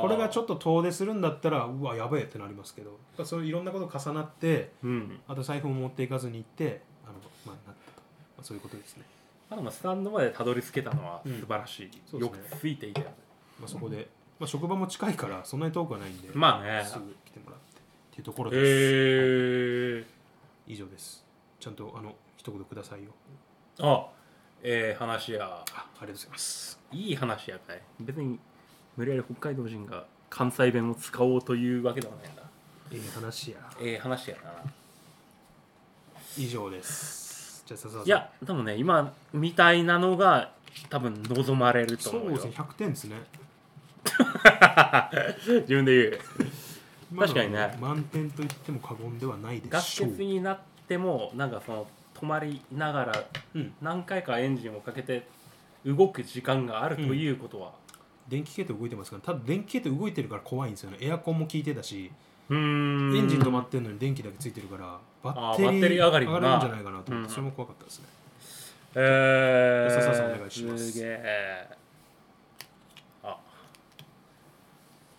Speaker 1: これがちょ
Speaker 2: っ
Speaker 1: っと遠出するんだったらうわやべえってなりますけどやっぱそういういろんなこと重なって
Speaker 2: とうん
Speaker 1: あと財布も持っていかずに行ってあの、まあ、なったと、まあ、そういうことですね、
Speaker 2: まあでもスタンドまでたどり着けたのは
Speaker 1: う
Speaker 2: 素
Speaker 1: ん
Speaker 2: 晴らしい、
Speaker 1: そうで
Speaker 2: よ
Speaker 1: すね
Speaker 2: くついていたよね
Speaker 1: まあ、そこで、まあ、職場も近いからそんなに遠くはないんで、
Speaker 2: まあね
Speaker 1: すぐ来てもらってっていうところ
Speaker 2: へ
Speaker 1: です、
Speaker 2: え
Speaker 1: 以上ですちゃんとあの一言くださいよ
Speaker 2: あええ話や
Speaker 1: あありがとうございます
Speaker 2: いい話やかい別に無理やり北海道人が関西弁を使おうというわけではないんだ
Speaker 1: ええ話や
Speaker 2: ええ話やな
Speaker 1: 以上ですじゃあ笹田さん
Speaker 2: いやでもね今みたいなのが多分望まれると
Speaker 1: そ
Speaker 2: 思
Speaker 1: う
Speaker 2: うよ
Speaker 1: ですね100点ですね
Speaker 2: 自分で言う確かにね
Speaker 1: 今のは満点と言っても過言ではないで
Speaker 2: ガス
Speaker 1: しょう
Speaker 2: 欠になってもなんかその止まりながら
Speaker 1: うん、
Speaker 2: 何回かエンジンをかけて動く時間があるということは
Speaker 1: 電気系統動いてますからただ電気系統動いてるから怖いんですよねエアコンも効いてたし
Speaker 2: うん
Speaker 1: エンジン止まってるのに電気だけついてるからバッテリ
Speaker 2: あーバ
Speaker 1: ー
Speaker 2: ッテリー上がりもな
Speaker 1: 上がるんじゃないかなと思っ
Speaker 2: うん
Speaker 1: てそれも怖かったですね
Speaker 2: えー、
Speaker 1: 笹さんお願いします
Speaker 2: すげえあ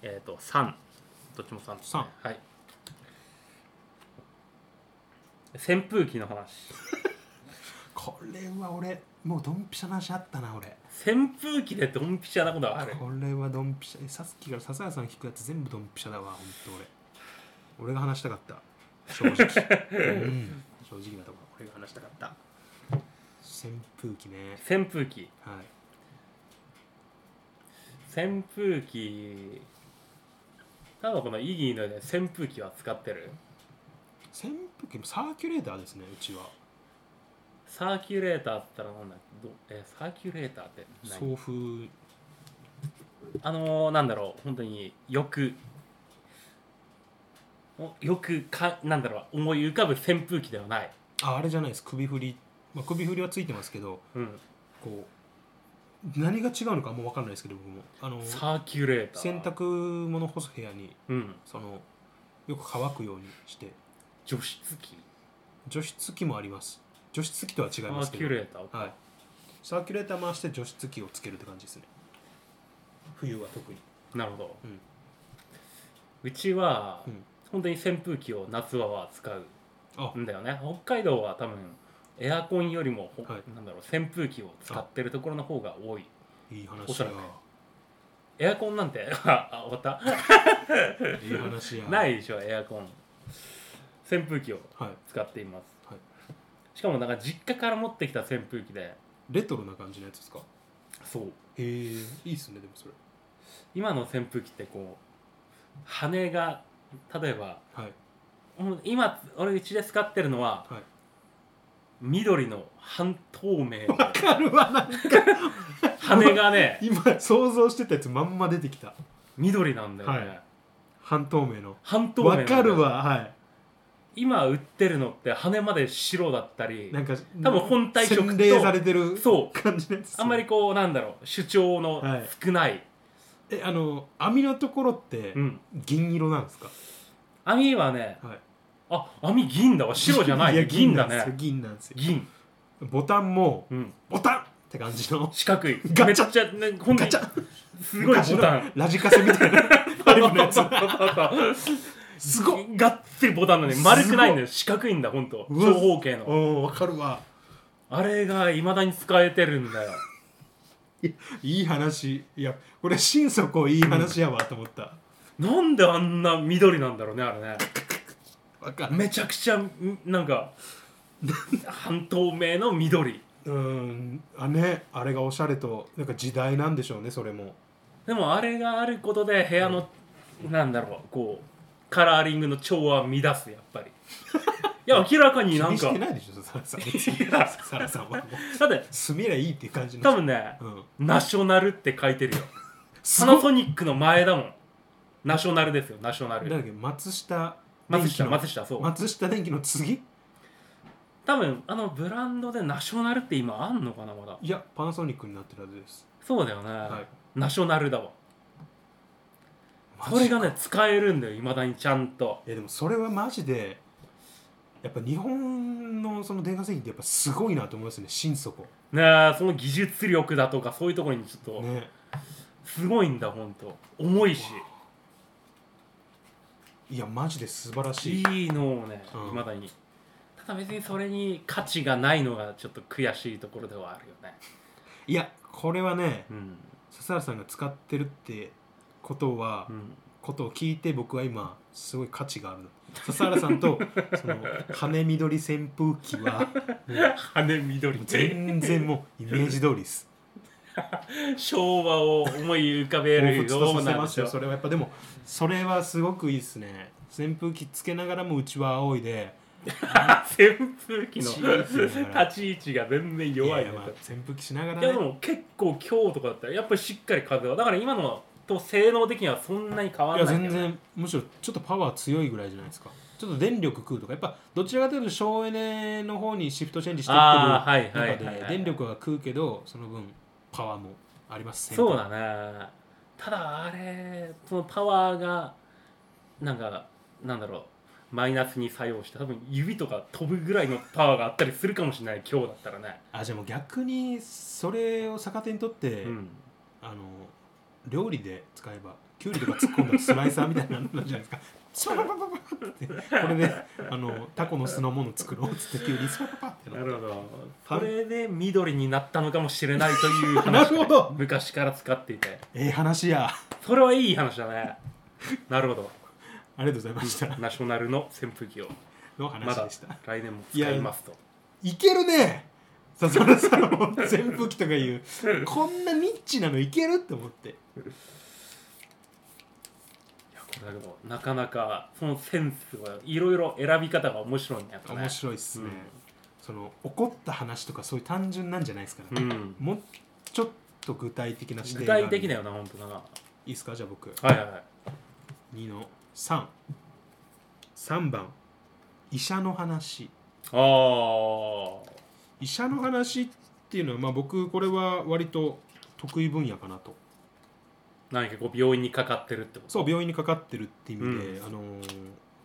Speaker 2: えっ、ー、と3どっちも3です、ね、はい扇風機の話
Speaker 1: これは俺もうドンピシャな話あったな俺
Speaker 2: 扇風機でドンピシャなことはある
Speaker 1: これはドンピシャえさっきから笹谷さん聞くやつ全部ドンピシャだわ本当俺俺が話したかった正 直、うん、正直なところ俺が話したかった扇風機ね
Speaker 2: 扇風機
Speaker 1: はい
Speaker 2: 扇風機ただこのイギーの、ね、扇風機は使ってる
Speaker 1: 扇風機もサーキュレーターですねうちは
Speaker 2: サーキュレーターっつったらなんだどえサーキュレーターって
Speaker 1: 送
Speaker 2: 何
Speaker 1: 風
Speaker 2: あのー、なんだろう本当によくおよくかなんだろう思い浮かぶ扇風機ではない、
Speaker 1: ああれじゃないです首振り、まあ、首振りはついてますけど
Speaker 2: うん、
Speaker 1: こう何が違うのかあんま分かんないですけど僕もあの
Speaker 2: サーキュレーター
Speaker 1: 洗濯物干す部屋に
Speaker 2: うん
Speaker 1: そのよく乾くようにして
Speaker 2: 除湿機
Speaker 1: 除湿機もあります除湿機とは違い
Speaker 2: サ
Speaker 1: ます
Speaker 2: ー
Speaker 1: け
Speaker 2: キュ
Speaker 1: ど
Speaker 2: レーター
Speaker 1: はい、サーキュレーター回して除湿機をつけるって感じですね冬は特に、
Speaker 2: なるほど、
Speaker 1: うん
Speaker 2: うちは、
Speaker 1: うん
Speaker 2: 本当に扇風機を夏場は使
Speaker 1: あ
Speaker 2: うんだよね北海道は多分エアコンよりも、ほ
Speaker 1: はい
Speaker 2: なんだろう扇風機を使ってるところの方が多い
Speaker 1: いい
Speaker 2: お
Speaker 1: 話
Speaker 2: そ
Speaker 1: や
Speaker 2: らくエアコンなんて あ終わった
Speaker 1: いい話や
Speaker 2: ないでしょエアコン扇風機を
Speaker 1: はい
Speaker 2: 使っています、
Speaker 1: はい
Speaker 2: しかもなんか実家から持ってきた扇風機で
Speaker 1: レトロな感じのやつですか
Speaker 2: そう
Speaker 1: へえいいっすねでもそれ
Speaker 2: 今の扇風機ってこう羽が例えば
Speaker 1: はい
Speaker 2: もう今俺うちで使ってるのは
Speaker 1: はい
Speaker 2: 緑の半透明の
Speaker 1: あるわなんか
Speaker 2: 羽がね
Speaker 1: 今想像してたやつまんま出てきた
Speaker 2: 緑なんだよね、
Speaker 1: はい半透明の
Speaker 2: 半透明な
Speaker 1: わ
Speaker 2: んだよ
Speaker 1: かるわは
Speaker 2: 今売ってるのって羽まで白だったり
Speaker 1: いなんか
Speaker 2: 多分本体色と
Speaker 1: 洗礼されてる
Speaker 2: そう
Speaker 1: 感じのやつ
Speaker 2: あんまりこうなんだろう主張の
Speaker 1: はい
Speaker 2: 少ない、
Speaker 1: えあの網のところって
Speaker 2: うん
Speaker 1: 銀色なんですか、
Speaker 2: 網はね
Speaker 1: はい
Speaker 2: あ網銀だわ白じゃない
Speaker 1: や
Speaker 2: 銀
Speaker 1: な
Speaker 2: だ
Speaker 1: んですよ
Speaker 2: ね
Speaker 1: 銀なんですよ
Speaker 2: 銀、
Speaker 1: ボタンも
Speaker 2: うん、
Speaker 1: ボタンって感じの
Speaker 2: 四角い
Speaker 1: ガ
Speaker 2: め
Speaker 1: チ
Speaker 2: ち
Speaker 1: ャ
Speaker 2: ゃくちゃ、ね、ほんと
Speaker 1: ガ
Speaker 2: に
Speaker 1: チャ
Speaker 2: すごいボタン
Speaker 1: 昔のラジカセみたいなタイプのや つすごっ
Speaker 2: がっつりボタンなのに丸くないんだよ四角いんだほんと
Speaker 1: うわ
Speaker 2: 長方形の
Speaker 1: おわかるわ
Speaker 2: あれがいまだに使えてるんだよ
Speaker 1: いい話いやこれ心底いい話やわと思った、
Speaker 2: なんであんな緑なんだろうねあれね
Speaker 1: わかる
Speaker 2: めちゃくちゃんなんか半透明の緑
Speaker 1: うんあねあれがおしゃれとなんか時代なんでしょうねそれも
Speaker 2: でもあれがあることで部屋の、なんだろうこうカラーリングの調和を乱すやっぱりいや明らかに
Speaker 1: 気
Speaker 2: なん
Speaker 1: にし
Speaker 2: か
Speaker 1: てないでしょサラさん別に
Speaker 2: いや
Speaker 1: サラさんはもう
Speaker 2: だって
Speaker 1: 住めりゃいいっていう感じの
Speaker 2: 多分ね
Speaker 1: うん
Speaker 2: 「ナショナル」って書いてるよ
Speaker 1: す
Speaker 2: パ
Speaker 1: ご
Speaker 2: ナ
Speaker 1: い
Speaker 2: ソニックの前だもんナショナルですよナショナ
Speaker 1: なんだ
Speaker 2: ル
Speaker 1: っけ松下電
Speaker 2: 松
Speaker 1: 機
Speaker 2: 下
Speaker 1: の
Speaker 2: 松下そう
Speaker 1: 松下電機の次
Speaker 2: 多分あのブランドでナショナルって今あんのかなまだ
Speaker 1: いやパナソニックになってるはずです
Speaker 2: そうだよね、
Speaker 1: はい
Speaker 2: ナショナルだわ
Speaker 1: マジ
Speaker 2: それがね使えるんだよいまだにちゃんと
Speaker 1: いやでもそれはマジでやっぱ日本のその電化製品ってやっぱすごいなと思いますね心底
Speaker 2: なあその技術力だとかそういうところにちょっと
Speaker 1: ね
Speaker 2: すごいんだほんと重いし
Speaker 1: いやマジで素晴らしい
Speaker 2: いいのをね
Speaker 1: うん
Speaker 2: いまだにただ別にそれに価値がないのがちょっと悔しいところではあるよね
Speaker 1: いやこれはね
Speaker 2: うん
Speaker 1: 笹原さんが使ってるってことは、
Speaker 2: うん
Speaker 1: ことを聞いて僕は今すごい価値がある笹原さん とその羽緑扇風機は
Speaker 2: 羽緑で
Speaker 1: 全然もうイメージ通り です
Speaker 2: 昭和を思い浮かべる
Speaker 1: 彷
Speaker 2: よ
Speaker 1: 彿
Speaker 2: う
Speaker 1: とさせ
Speaker 2: な
Speaker 1: ますよそれはやっぱでもそれはすごくいいですね扇風機つけながらもうちは青いで
Speaker 2: 扇風機 の
Speaker 1: チーズ
Speaker 2: 立
Speaker 1: だから
Speaker 2: ち位置が全然弱い
Speaker 1: や
Speaker 2: ね
Speaker 1: やまあ扇風機しながら
Speaker 2: いやで
Speaker 1: ね
Speaker 2: も結構今日とかだったらやっぱりしっかり風はだから今のと性能的にはそんなに変わ
Speaker 1: い
Speaker 2: ら
Speaker 1: や
Speaker 2: な
Speaker 1: 全
Speaker 2: いけどね
Speaker 1: 然むしろちょっとパワー強いぐらいじゃないですかちょっと電力食うとかやっぱどちらかというと省エネの方にシフトチェンジしていってる
Speaker 2: あーはいはい
Speaker 1: 中
Speaker 2: はいはい
Speaker 1: で電力は食うけどその分パワーもあります
Speaker 2: そうだねただあれそのパワーがなんかなんだろうマイナスに作用して多分指とか飛ぶぐらいのパワーがあったりするかもしれない今日だったらね、
Speaker 1: あじゃあもう逆にそれを逆手にとって、
Speaker 2: うん、
Speaker 1: あの料理で使えばきゅうりとか突っ込んだらスライサーみたいなのあるじゃないですかスパパパパパってこれであのタコの酢の物作ろうっつってきゅうりスパパパって
Speaker 2: な
Speaker 1: な
Speaker 2: るほど
Speaker 1: パン
Speaker 2: それで緑になったのかもしれないという 話
Speaker 1: なるほど
Speaker 2: 昔から使っていて
Speaker 1: ええ話や
Speaker 2: それはいい話だねなるほど
Speaker 1: ありがとうございました
Speaker 2: ナショナルの扇風機を
Speaker 1: の
Speaker 2: ま
Speaker 1: 話
Speaker 2: だ
Speaker 1: でした、
Speaker 2: 来年も使いますと
Speaker 1: いけるね笹原さんも扇風機とかいうこんなニッチなのいけるって思って
Speaker 2: これだけどなかなかそのセンスはいろいろ選び方が面白いねやっぱね
Speaker 1: 面白いっすね、
Speaker 2: うん
Speaker 1: その怒った話とかそういう単純なんじゃないですから、
Speaker 2: うん
Speaker 1: もうちょっと具体的な視
Speaker 2: 具
Speaker 1: 点がある
Speaker 2: 体的だよな本当なはい
Speaker 1: いですかじゃあ僕
Speaker 2: いはいはい
Speaker 1: 2の33番医者の話
Speaker 2: ああ
Speaker 1: 医者の話っていうのはまあ僕これは割と得意分野かなと
Speaker 2: 何かこう病院にかかってるってこと
Speaker 1: そう病院にかかってるって意味で、
Speaker 2: う
Speaker 1: あのー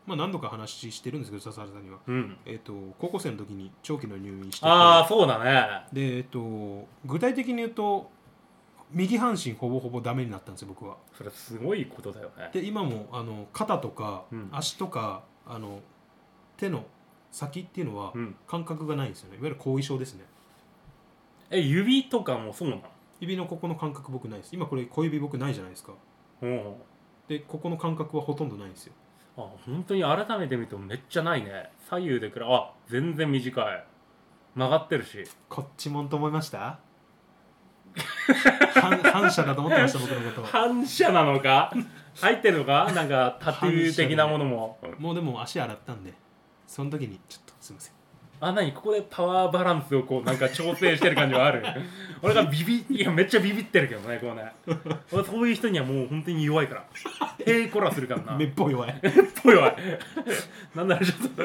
Speaker 1: まあ何度か話してるんですけど笹原さんには、
Speaker 2: うん
Speaker 1: えっと高校生の時に長期の入院してて
Speaker 2: ああそうだね
Speaker 1: でえっ、と具体的に言うと右半身ほぼほぼダメになったんですよ僕は
Speaker 2: それすごいことだよね
Speaker 1: で今もあの肩とか、
Speaker 2: うん
Speaker 1: 足とかあの手の先っていうのは
Speaker 2: うん
Speaker 1: 感覚がないんですよねいわゆる後遺症ですね
Speaker 2: え指とかもそうなの
Speaker 1: 指のここの感覚僕ないです今これ小指僕ないじゃないですか
Speaker 2: うん
Speaker 1: でここの感覚はほとんどないんですよ
Speaker 2: あ本当に改めて見てもめっちゃないね左右でくらいあ全然短い曲がってるし
Speaker 1: こっちもんと思いました反 反射だと思ってました僕のこと
Speaker 2: 反射なの か入ってるのかなんかタトゥー的なものも、
Speaker 1: もうでも足洗ったんでその時にちょっとすいません
Speaker 2: あなにここでパワーバランスをこうなんか調整してる感じはあ る俺がビビいやめっちゃビビってるけどねこうね俺そういう人にはもう本当に弱いからへいこらするからな
Speaker 1: め
Speaker 2: め
Speaker 1: っ
Speaker 2: っ
Speaker 1: ぽい弱 い
Speaker 2: ぽい弱い なんならちょっと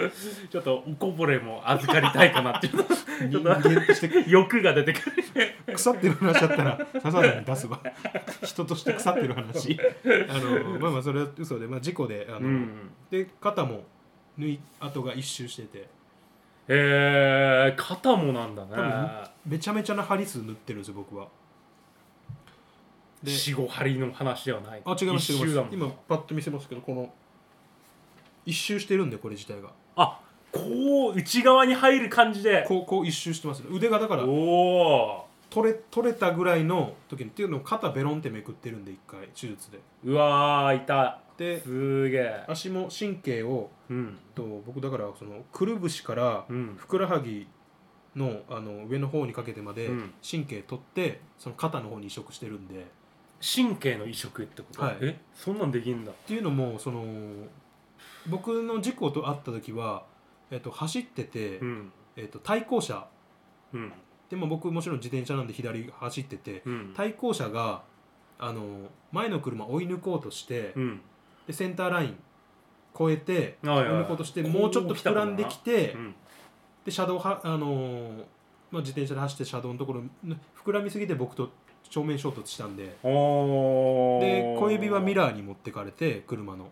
Speaker 2: ちょっとおこぼれも預かりたいかなっていう
Speaker 1: 人間として
Speaker 2: 欲が出てくる
Speaker 1: 腐ってる話だったら笹原に出すわ人として腐ってる話あのまあまあそれは嘘で、まあ、事故であの、
Speaker 2: うん
Speaker 1: で肩も縫い跡が一周してて
Speaker 2: えー、肩もなんだ
Speaker 1: 多分
Speaker 2: ね
Speaker 1: めちゃめちゃな針数塗ってるんですよ僕はで
Speaker 2: 45針の話ではない
Speaker 1: あ違います
Speaker 2: 一
Speaker 1: 違い
Speaker 2: 周だ
Speaker 1: ま
Speaker 2: も
Speaker 1: す
Speaker 2: ん
Speaker 1: 今パッと見せますけどこの一周してるんでこれ自体が
Speaker 2: あこう内側に入る感じで
Speaker 1: こうこう一周してます腕がだから
Speaker 2: おお
Speaker 1: 取れ取れたぐらいの時にっていうのを肩ベロンってめくってるんで一回手術で
Speaker 2: ーうわーいた
Speaker 1: です
Speaker 2: ーげえ
Speaker 1: 足も神経を
Speaker 2: うん
Speaker 1: と僕だからそのくるぶしから
Speaker 2: うん
Speaker 1: ふくらはぎのあの上の方にかけてまで
Speaker 2: うん
Speaker 1: 神経取ってその肩の方に移植してるんでっ
Speaker 2: 神経の移植ってこと、
Speaker 1: はい
Speaker 2: えそんなんできんだ
Speaker 1: ていうのもその僕の事故と会った時は、えっと、走ってて、
Speaker 2: うん
Speaker 1: えっと、対向車
Speaker 2: うん
Speaker 1: でも僕もちろん自転車なんで左走ってて
Speaker 2: うん
Speaker 1: 対向車があの前の車追い抜こうとして、
Speaker 2: うん
Speaker 1: でセンターライン越えて
Speaker 2: ああ
Speaker 1: 追い抜こうとしてもうちょっと膨らんできて。
Speaker 2: うん
Speaker 1: で車道はあのーまあ、自転車で走って車道のところね膨らみすぎて僕と正面衝突したんで
Speaker 2: おー
Speaker 1: で小指はミラーに持ってかれて車の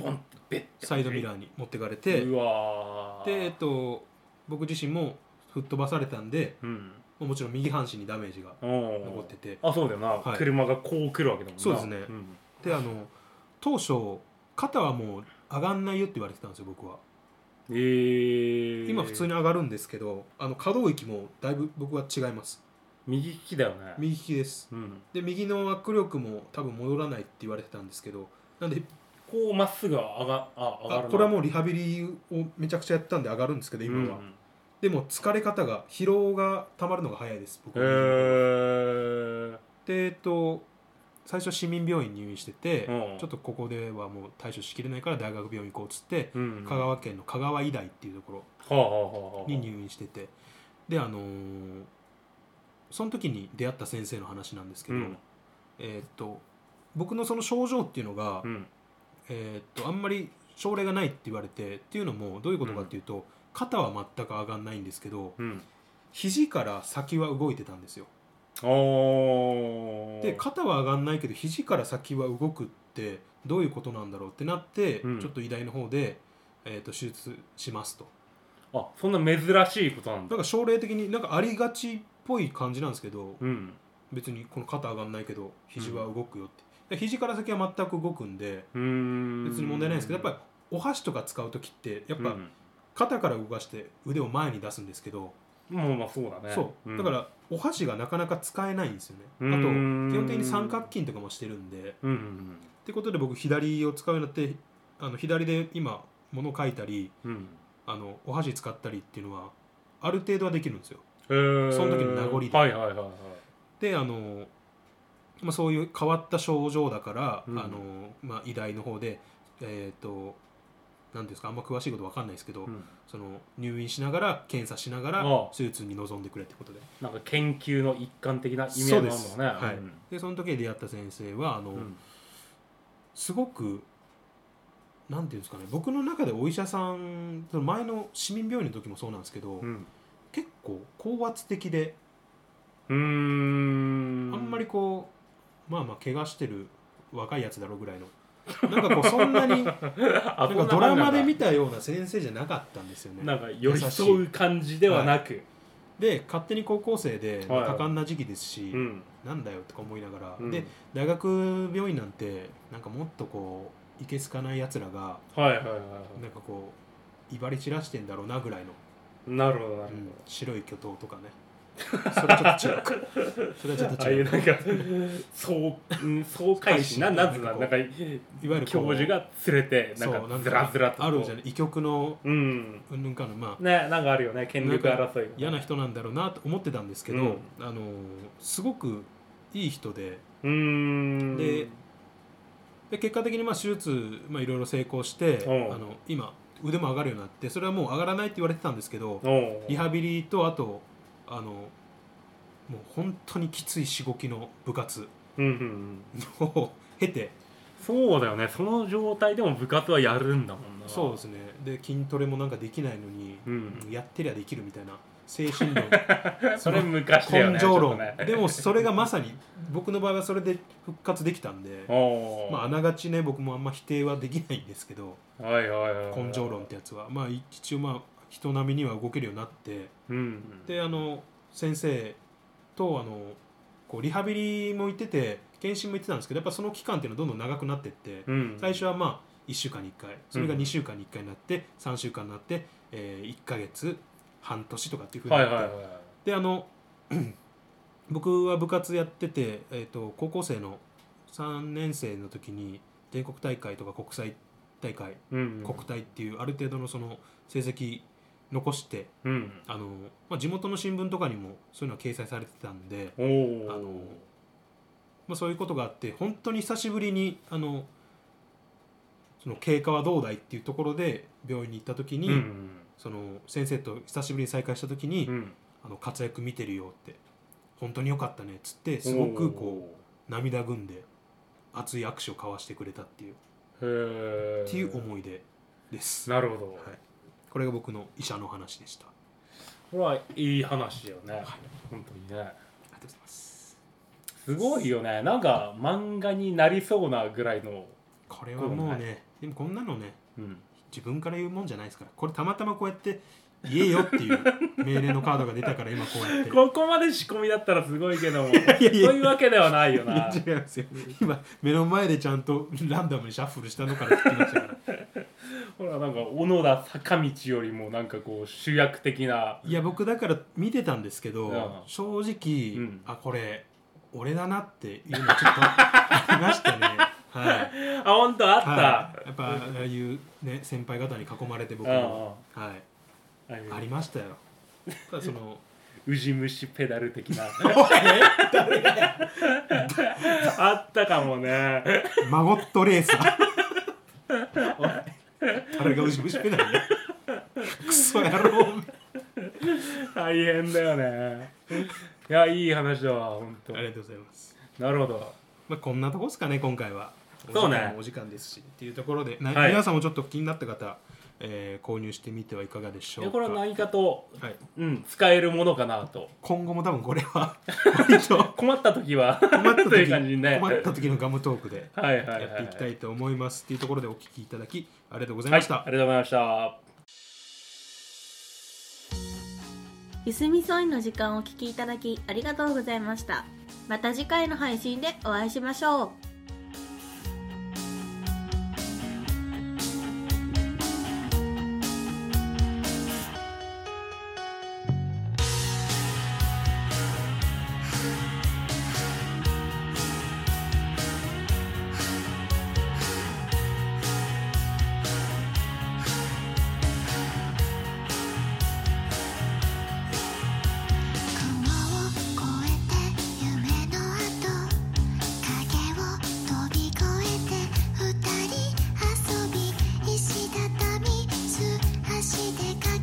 Speaker 2: ボンってベッて
Speaker 1: サイドミ
Speaker 2: ー
Speaker 1: ラーに持ってかれて
Speaker 2: うわー
Speaker 1: で、えっと、僕自身も吹っ飛ばされたんで
Speaker 2: うん
Speaker 1: もうもちろん右半身にダメージが残
Speaker 2: 残
Speaker 1: ってて
Speaker 2: あそうだよな、
Speaker 1: はい
Speaker 2: 車がこう来るわけだもんな
Speaker 1: そうですね
Speaker 2: ん
Speaker 1: であの当初肩はもう上がんないよって言われてたんですよ僕は
Speaker 2: えー、
Speaker 1: 今普通に上がるんですけどあの可動域もだいぶ僕は違います
Speaker 2: 右利きだよね
Speaker 1: 右利きです
Speaker 2: うん、
Speaker 1: で右の握力も多分戻らないって言われてたんですけどなんで
Speaker 2: こうまっすぐは上があ上が
Speaker 1: あ
Speaker 2: るな
Speaker 1: これはもうリハビリをめちゃくちゃやったんで上がるんですけど今は、
Speaker 2: ん
Speaker 1: でも疲れ方が疲労がたまるのが早いです僕
Speaker 2: へ
Speaker 1: は
Speaker 2: ー
Speaker 1: でえっと最初市民病院に入院してて、
Speaker 2: うん
Speaker 1: ちょっとここではもう対処しきれないから大学病院行こうっつって、
Speaker 2: うん
Speaker 1: 香川県の香川医大っていうとこ
Speaker 2: はあはあはあは
Speaker 1: ろ
Speaker 2: あ
Speaker 1: に入院しててであのーその時に出会った先生の話なんですけ
Speaker 2: う
Speaker 1: ど、
Speaker 2: ん
Speaker 1: えっと僕のその症状っていうのが、
Speaker 2: うん
Speaker 1: えー、とあんまり症例がないって言われてっていうのもどういうことかっていうと、肩は全く上がんないんですけど
Speaker 2: うん
Speaker 1: 肘から先は動いてたんですよ
Speaker 2: あー
Speaker 1: で肩は上がんないけど肘から先は動くってどういうことなんだろうってなって、
Speaker 2: うん
Speaker 1: ちょっと医大の方で、えー、と手術しますと
Speaker 2: あそんな珍しいことなん
Speaker 1: だか
Speaker 2: だ
Speaker 1: ら症例的になんかありがちっぽい感じなんですけど
Speaker 2: うん
Speaker 1: 別にこの肩上がんないけど肘は動くよって、で肘から先は全く動くんで
Speaker 2: うーん
Speaker 1: 別に問題ないんですけどやっぱりお箸とか使う時ってやっぱ、
Speaker 2: うん
Speaker 1: 肩から動かして腕を前に出すんですけど、
Speaker 2: まあまあそうだね
Speaker 1: そうだか、らお箸がなかなか使えないんですよねあと
Speaker 2: うん
Speaker 1: 基本的に三角筋とかもしてるんでっ
Speaker 2: うんうん
Speaker 1: てことで僕左を使うようになってあの左で今物を書いたり
Speaker 2: うんうん
Speaker 1: あのお箸使ったりっていうのはある程度はできるんですよ
Speaker 2: へー
Speaker 1: その時の名残で
Speaker 2: はいはいはいはい
Speaker 1: であの、まあ、そういう変わった症状だから、
Speaker 2: うん
Speaker 1: あのまあ、医大の方でえっ、と何ですかあんま詳しいことわかんないですけど、
Speaker 2: うん
Speaker 1: その入院しながら検査しながら
Speaker 2: ああ
Speaker 1: 手術に臨んでくれってことで
Speaker 2: なんか研究の一環的な意味合
Speaker 1: そ
Speaker 2: いうも
Speaker 1: で
Speaker 2: あ
Speaker 1: す
Speaker 2: るのか
Speaker 1: は
Speaker 2: ね
Speaker 1: い。でその時に出会った先生はあの、
Speaker 2: うんうん
Speaker 1: すごくなんていうんですかね僕の中でお医者さんその前の市民病院の時もそうなんですけど、
Speaker 2: うん
Speaker 1: 結構高圧的で
Speaker 2: うー
Speaker 1: あ
Speaker 2: ん
Speaker 1: んまりこうまあまあ怪我してる若いやつだろうぐらいの。なんかこうそんなになんか
Speaker 2: あこんな
Speaker 1: ドラマで
Speaker 2: なん
Speaker 1: 見
Speaker 2: か
Speaker 1: たような先生じゃなかったんですよ
Speaker 2: な
Speaker 1: ね
Speaker 2: んか寄り添う感じではなく、
Speaker 1: で勝手に高校生で
Speaker 2: はいはい
Speaker 1: 多感な時期ですし、
Speaker 2: うん
Speaker 1: なんだよとか思いながら、
Speaker 2: うん
Speaker 1: で大学病院なんてなんかもっとこういけすかないやつらが
Speaker 2: はいはいはいは
Speaker 1: なんかこう威張り散らしてんだろうなぐらいの、
Speaker 2: いなるほどなる
Speaker 1: うん白い巨頭とかねそれはちょっと違うかそれはちょ
Speaker 2: ほ
Speaker 1: っ
Speaker 2: ど、
Speaker 1: と
Speaker 2: ああい
Speaker 1: 違
Speaker 2: う
Speaker 1: う
Speaker 2: なんか爽うん爽快しな
Speaker 1: 爽快心
Speaker 2: なんつうのなんか
Speaker 1: いわゆるこう
Speaker 2: 教授が連れてな
Speaker 1: そうん
Speaker 2: かずらずらと
Speaker 1: あるじゃ
Speaker 2: ん
Speaker 1: ない異曲の
Speaker 2: うん
Speaker 1: うんぬんかのまあ
Speaker 2: ねなんかあるよね権力争い
Speaker 1: 嫌な人なんだろうなと思ってたんですけど、
Speaker 2: うん
Speaker 1: あのーすごくいい人で
Speaker 2: うーん
Speaker 1: でで結果的にまあ手術まあいろいろ成功してあ
Speaker 2: うん
Speaker 1: の今腕も上がるようになってそれはもう上がらないって言われてたんですけど
Speaker 2: おう
Speaker 1: リハビリとあとあのもう本当にきついしごきの部活
Speaker 2: うんうんうん
Speaker 1: を 経て
Speaker 2: そうだよねその状態でも部活はやるんだもんな
Speaker 1: そうですねで筋トレもなんかできないのに、
Speaker 2: うん
Speaker 1: やってりゃできるみたいな精神論
Speaker 2: それ昔だよね
Speaker 1: 根性論、
Speaker 2: ちょっとね
Speaker 1: でもそれがまさに僕の場合はそれで復活できたんで
Speaker 2: おー
Speaker 1: まああながちね僕もあんま否定はできないんですけど
Speaker 2: はいはいはいはい
Speaker 1: 根性論ってやつはまあ一応まあ人並みには動けるようになって
Speaker 2: うんうん
Speaker 1: であの先生とあのこうリハビリも行ってて検診も行ってたんですけどやっぱその期間っていうのはどんどん長くなってって、
Speaker 2: うん
Speaker 1: 最初はまあ1週間に1回それが
Speaker 2: うん
Speaker 1: 2週間に1回になって3週間になって、え1ヶ月半年とかっていうふうに
Speaker 2: は
Speaker 1: ないっ
Speaker 2: は
Speaker 1: て、
Speaker 2: いはい
Speaker 1: であの 僕は部活やってて、えー、と高校生の3年生の時に全国大会とか国際大会、
Speaker 2: うん
Speaker 1: 国体っていうある程度のその成績残して
Speaker 2: うん
Speaker 1: あの、まあ、地元の新聞とかにもそういうのは掲載されてたんで、
Speaker 2: おお
Speaker 1: あのまあ、そういうことがあって本当に久しぶりにあのその経過はどうだいっていうところで病院に行った時に、
Speaker 2: うん
Speaker 1: その先生と久しぶりに再会した時に、
Speaker 2: うん
Speaker 1: あの活躍見てるよって本当によかったねっつってすごくこう涙ぐんで熱い握手を交わしてくれたっていう、
Speaker 2: うへえ
Speaker 1: っていう思い出です、
Speaker 2: なるほど
Speaker 1: はい、これが僕の医者の話でしたあ
Speaker 2: これはいい話だよね本当にね
Speaker 1: りがとうございます
Speaker 2: すごいよねなんか漫画になりそうなぐらいの
Speaker 1: これはもうねでもこんなのね
Speaker 2: うん
Speaker 1: 自分から言うもんじゃないですからこれたまたまこうやって言えよっていう命令のカードが出たから今こうやって
Speaker 2: ここまで仕込みだったらすごいけども
Speaker 1: いやいや
Speaker 2: そういうわけではないよ
Speaker 1: いや
Speaker 2: な
Speaker 1: 違いますよ今目の前でちゃんとランダムにシャッフルしたのから聞きました から
Speaker 2: ほらなんか小野田坂道よりもなんかこう主役 的ない
Speaker 1: や僕だから見てたんですけど、
Speaker 2: うん
Speaker 1: 正直、
Speaker 2: うん
Speaker 1: あこれ俺だなっていうのちょっとありました ねはい、はい、
Speaker 2: あ本当あった、
Speaker 1: やっぱああいうね先輩方に囲まれて僕
Speaker 2: うん
Speaker 1: も、はい、
Speaker 2: あの
Speaker 1: ありましたよただそ の
Speaker 2: ウジ虫ペダル的な
Speaker 1: え
Speaker 2: あったかもね
Speaker 1: マゴットレーサーおい誰がウジウジペダルねクソ野郎
Speaker 2: 大変だよねいやいい話だわ本当
Speaker 1: ありがとうございます
Speaker 2: なるほど
Speaker 1: まあ、こんなとこですかね今回は
Speaker 2: そうね
Speaker 1: お時間もお時間ですしっていうところで、な
Speaker 2: はい
Speaker 1: 皆さんもちょっと気になった方、えー購入してみてはいかがでしょ
Speaker 2: いうや
Speaker 1: か
Speaker 2: これは何かと、
Speaker 1: はい、
Speaker 2: うん、使えるものかなと
Speaker 1: 今後も多分これは割と
Speaker 2: 困った時は
Speaker 1: 困った
Speaker 2: という
Speaker 1: 時
Speaker 2: 感じにね
Speaker 1: 困った時のガムトークで
Speaker 2: はいはい
Speaker 1: や
Speaker 2: はい、
Speaker 1: っていきた
Speaker 2: はい
Speaker 1: いと思いますっていうところでお聞きいただきありがとうござい
Speaker 2: あ
Speaker 1: ま
Speaker 2: り
Speaker 1: した、
Speaker 2: がとうございました
Speaker 3: ゆすみそいの時間をお聞きいただきありがとうございましたまた次回の配信でお会いしましょう
Speaker 4: 「雲を越えて夢の跡」「影を飛び越えて二人遊び」「石畳素足で駆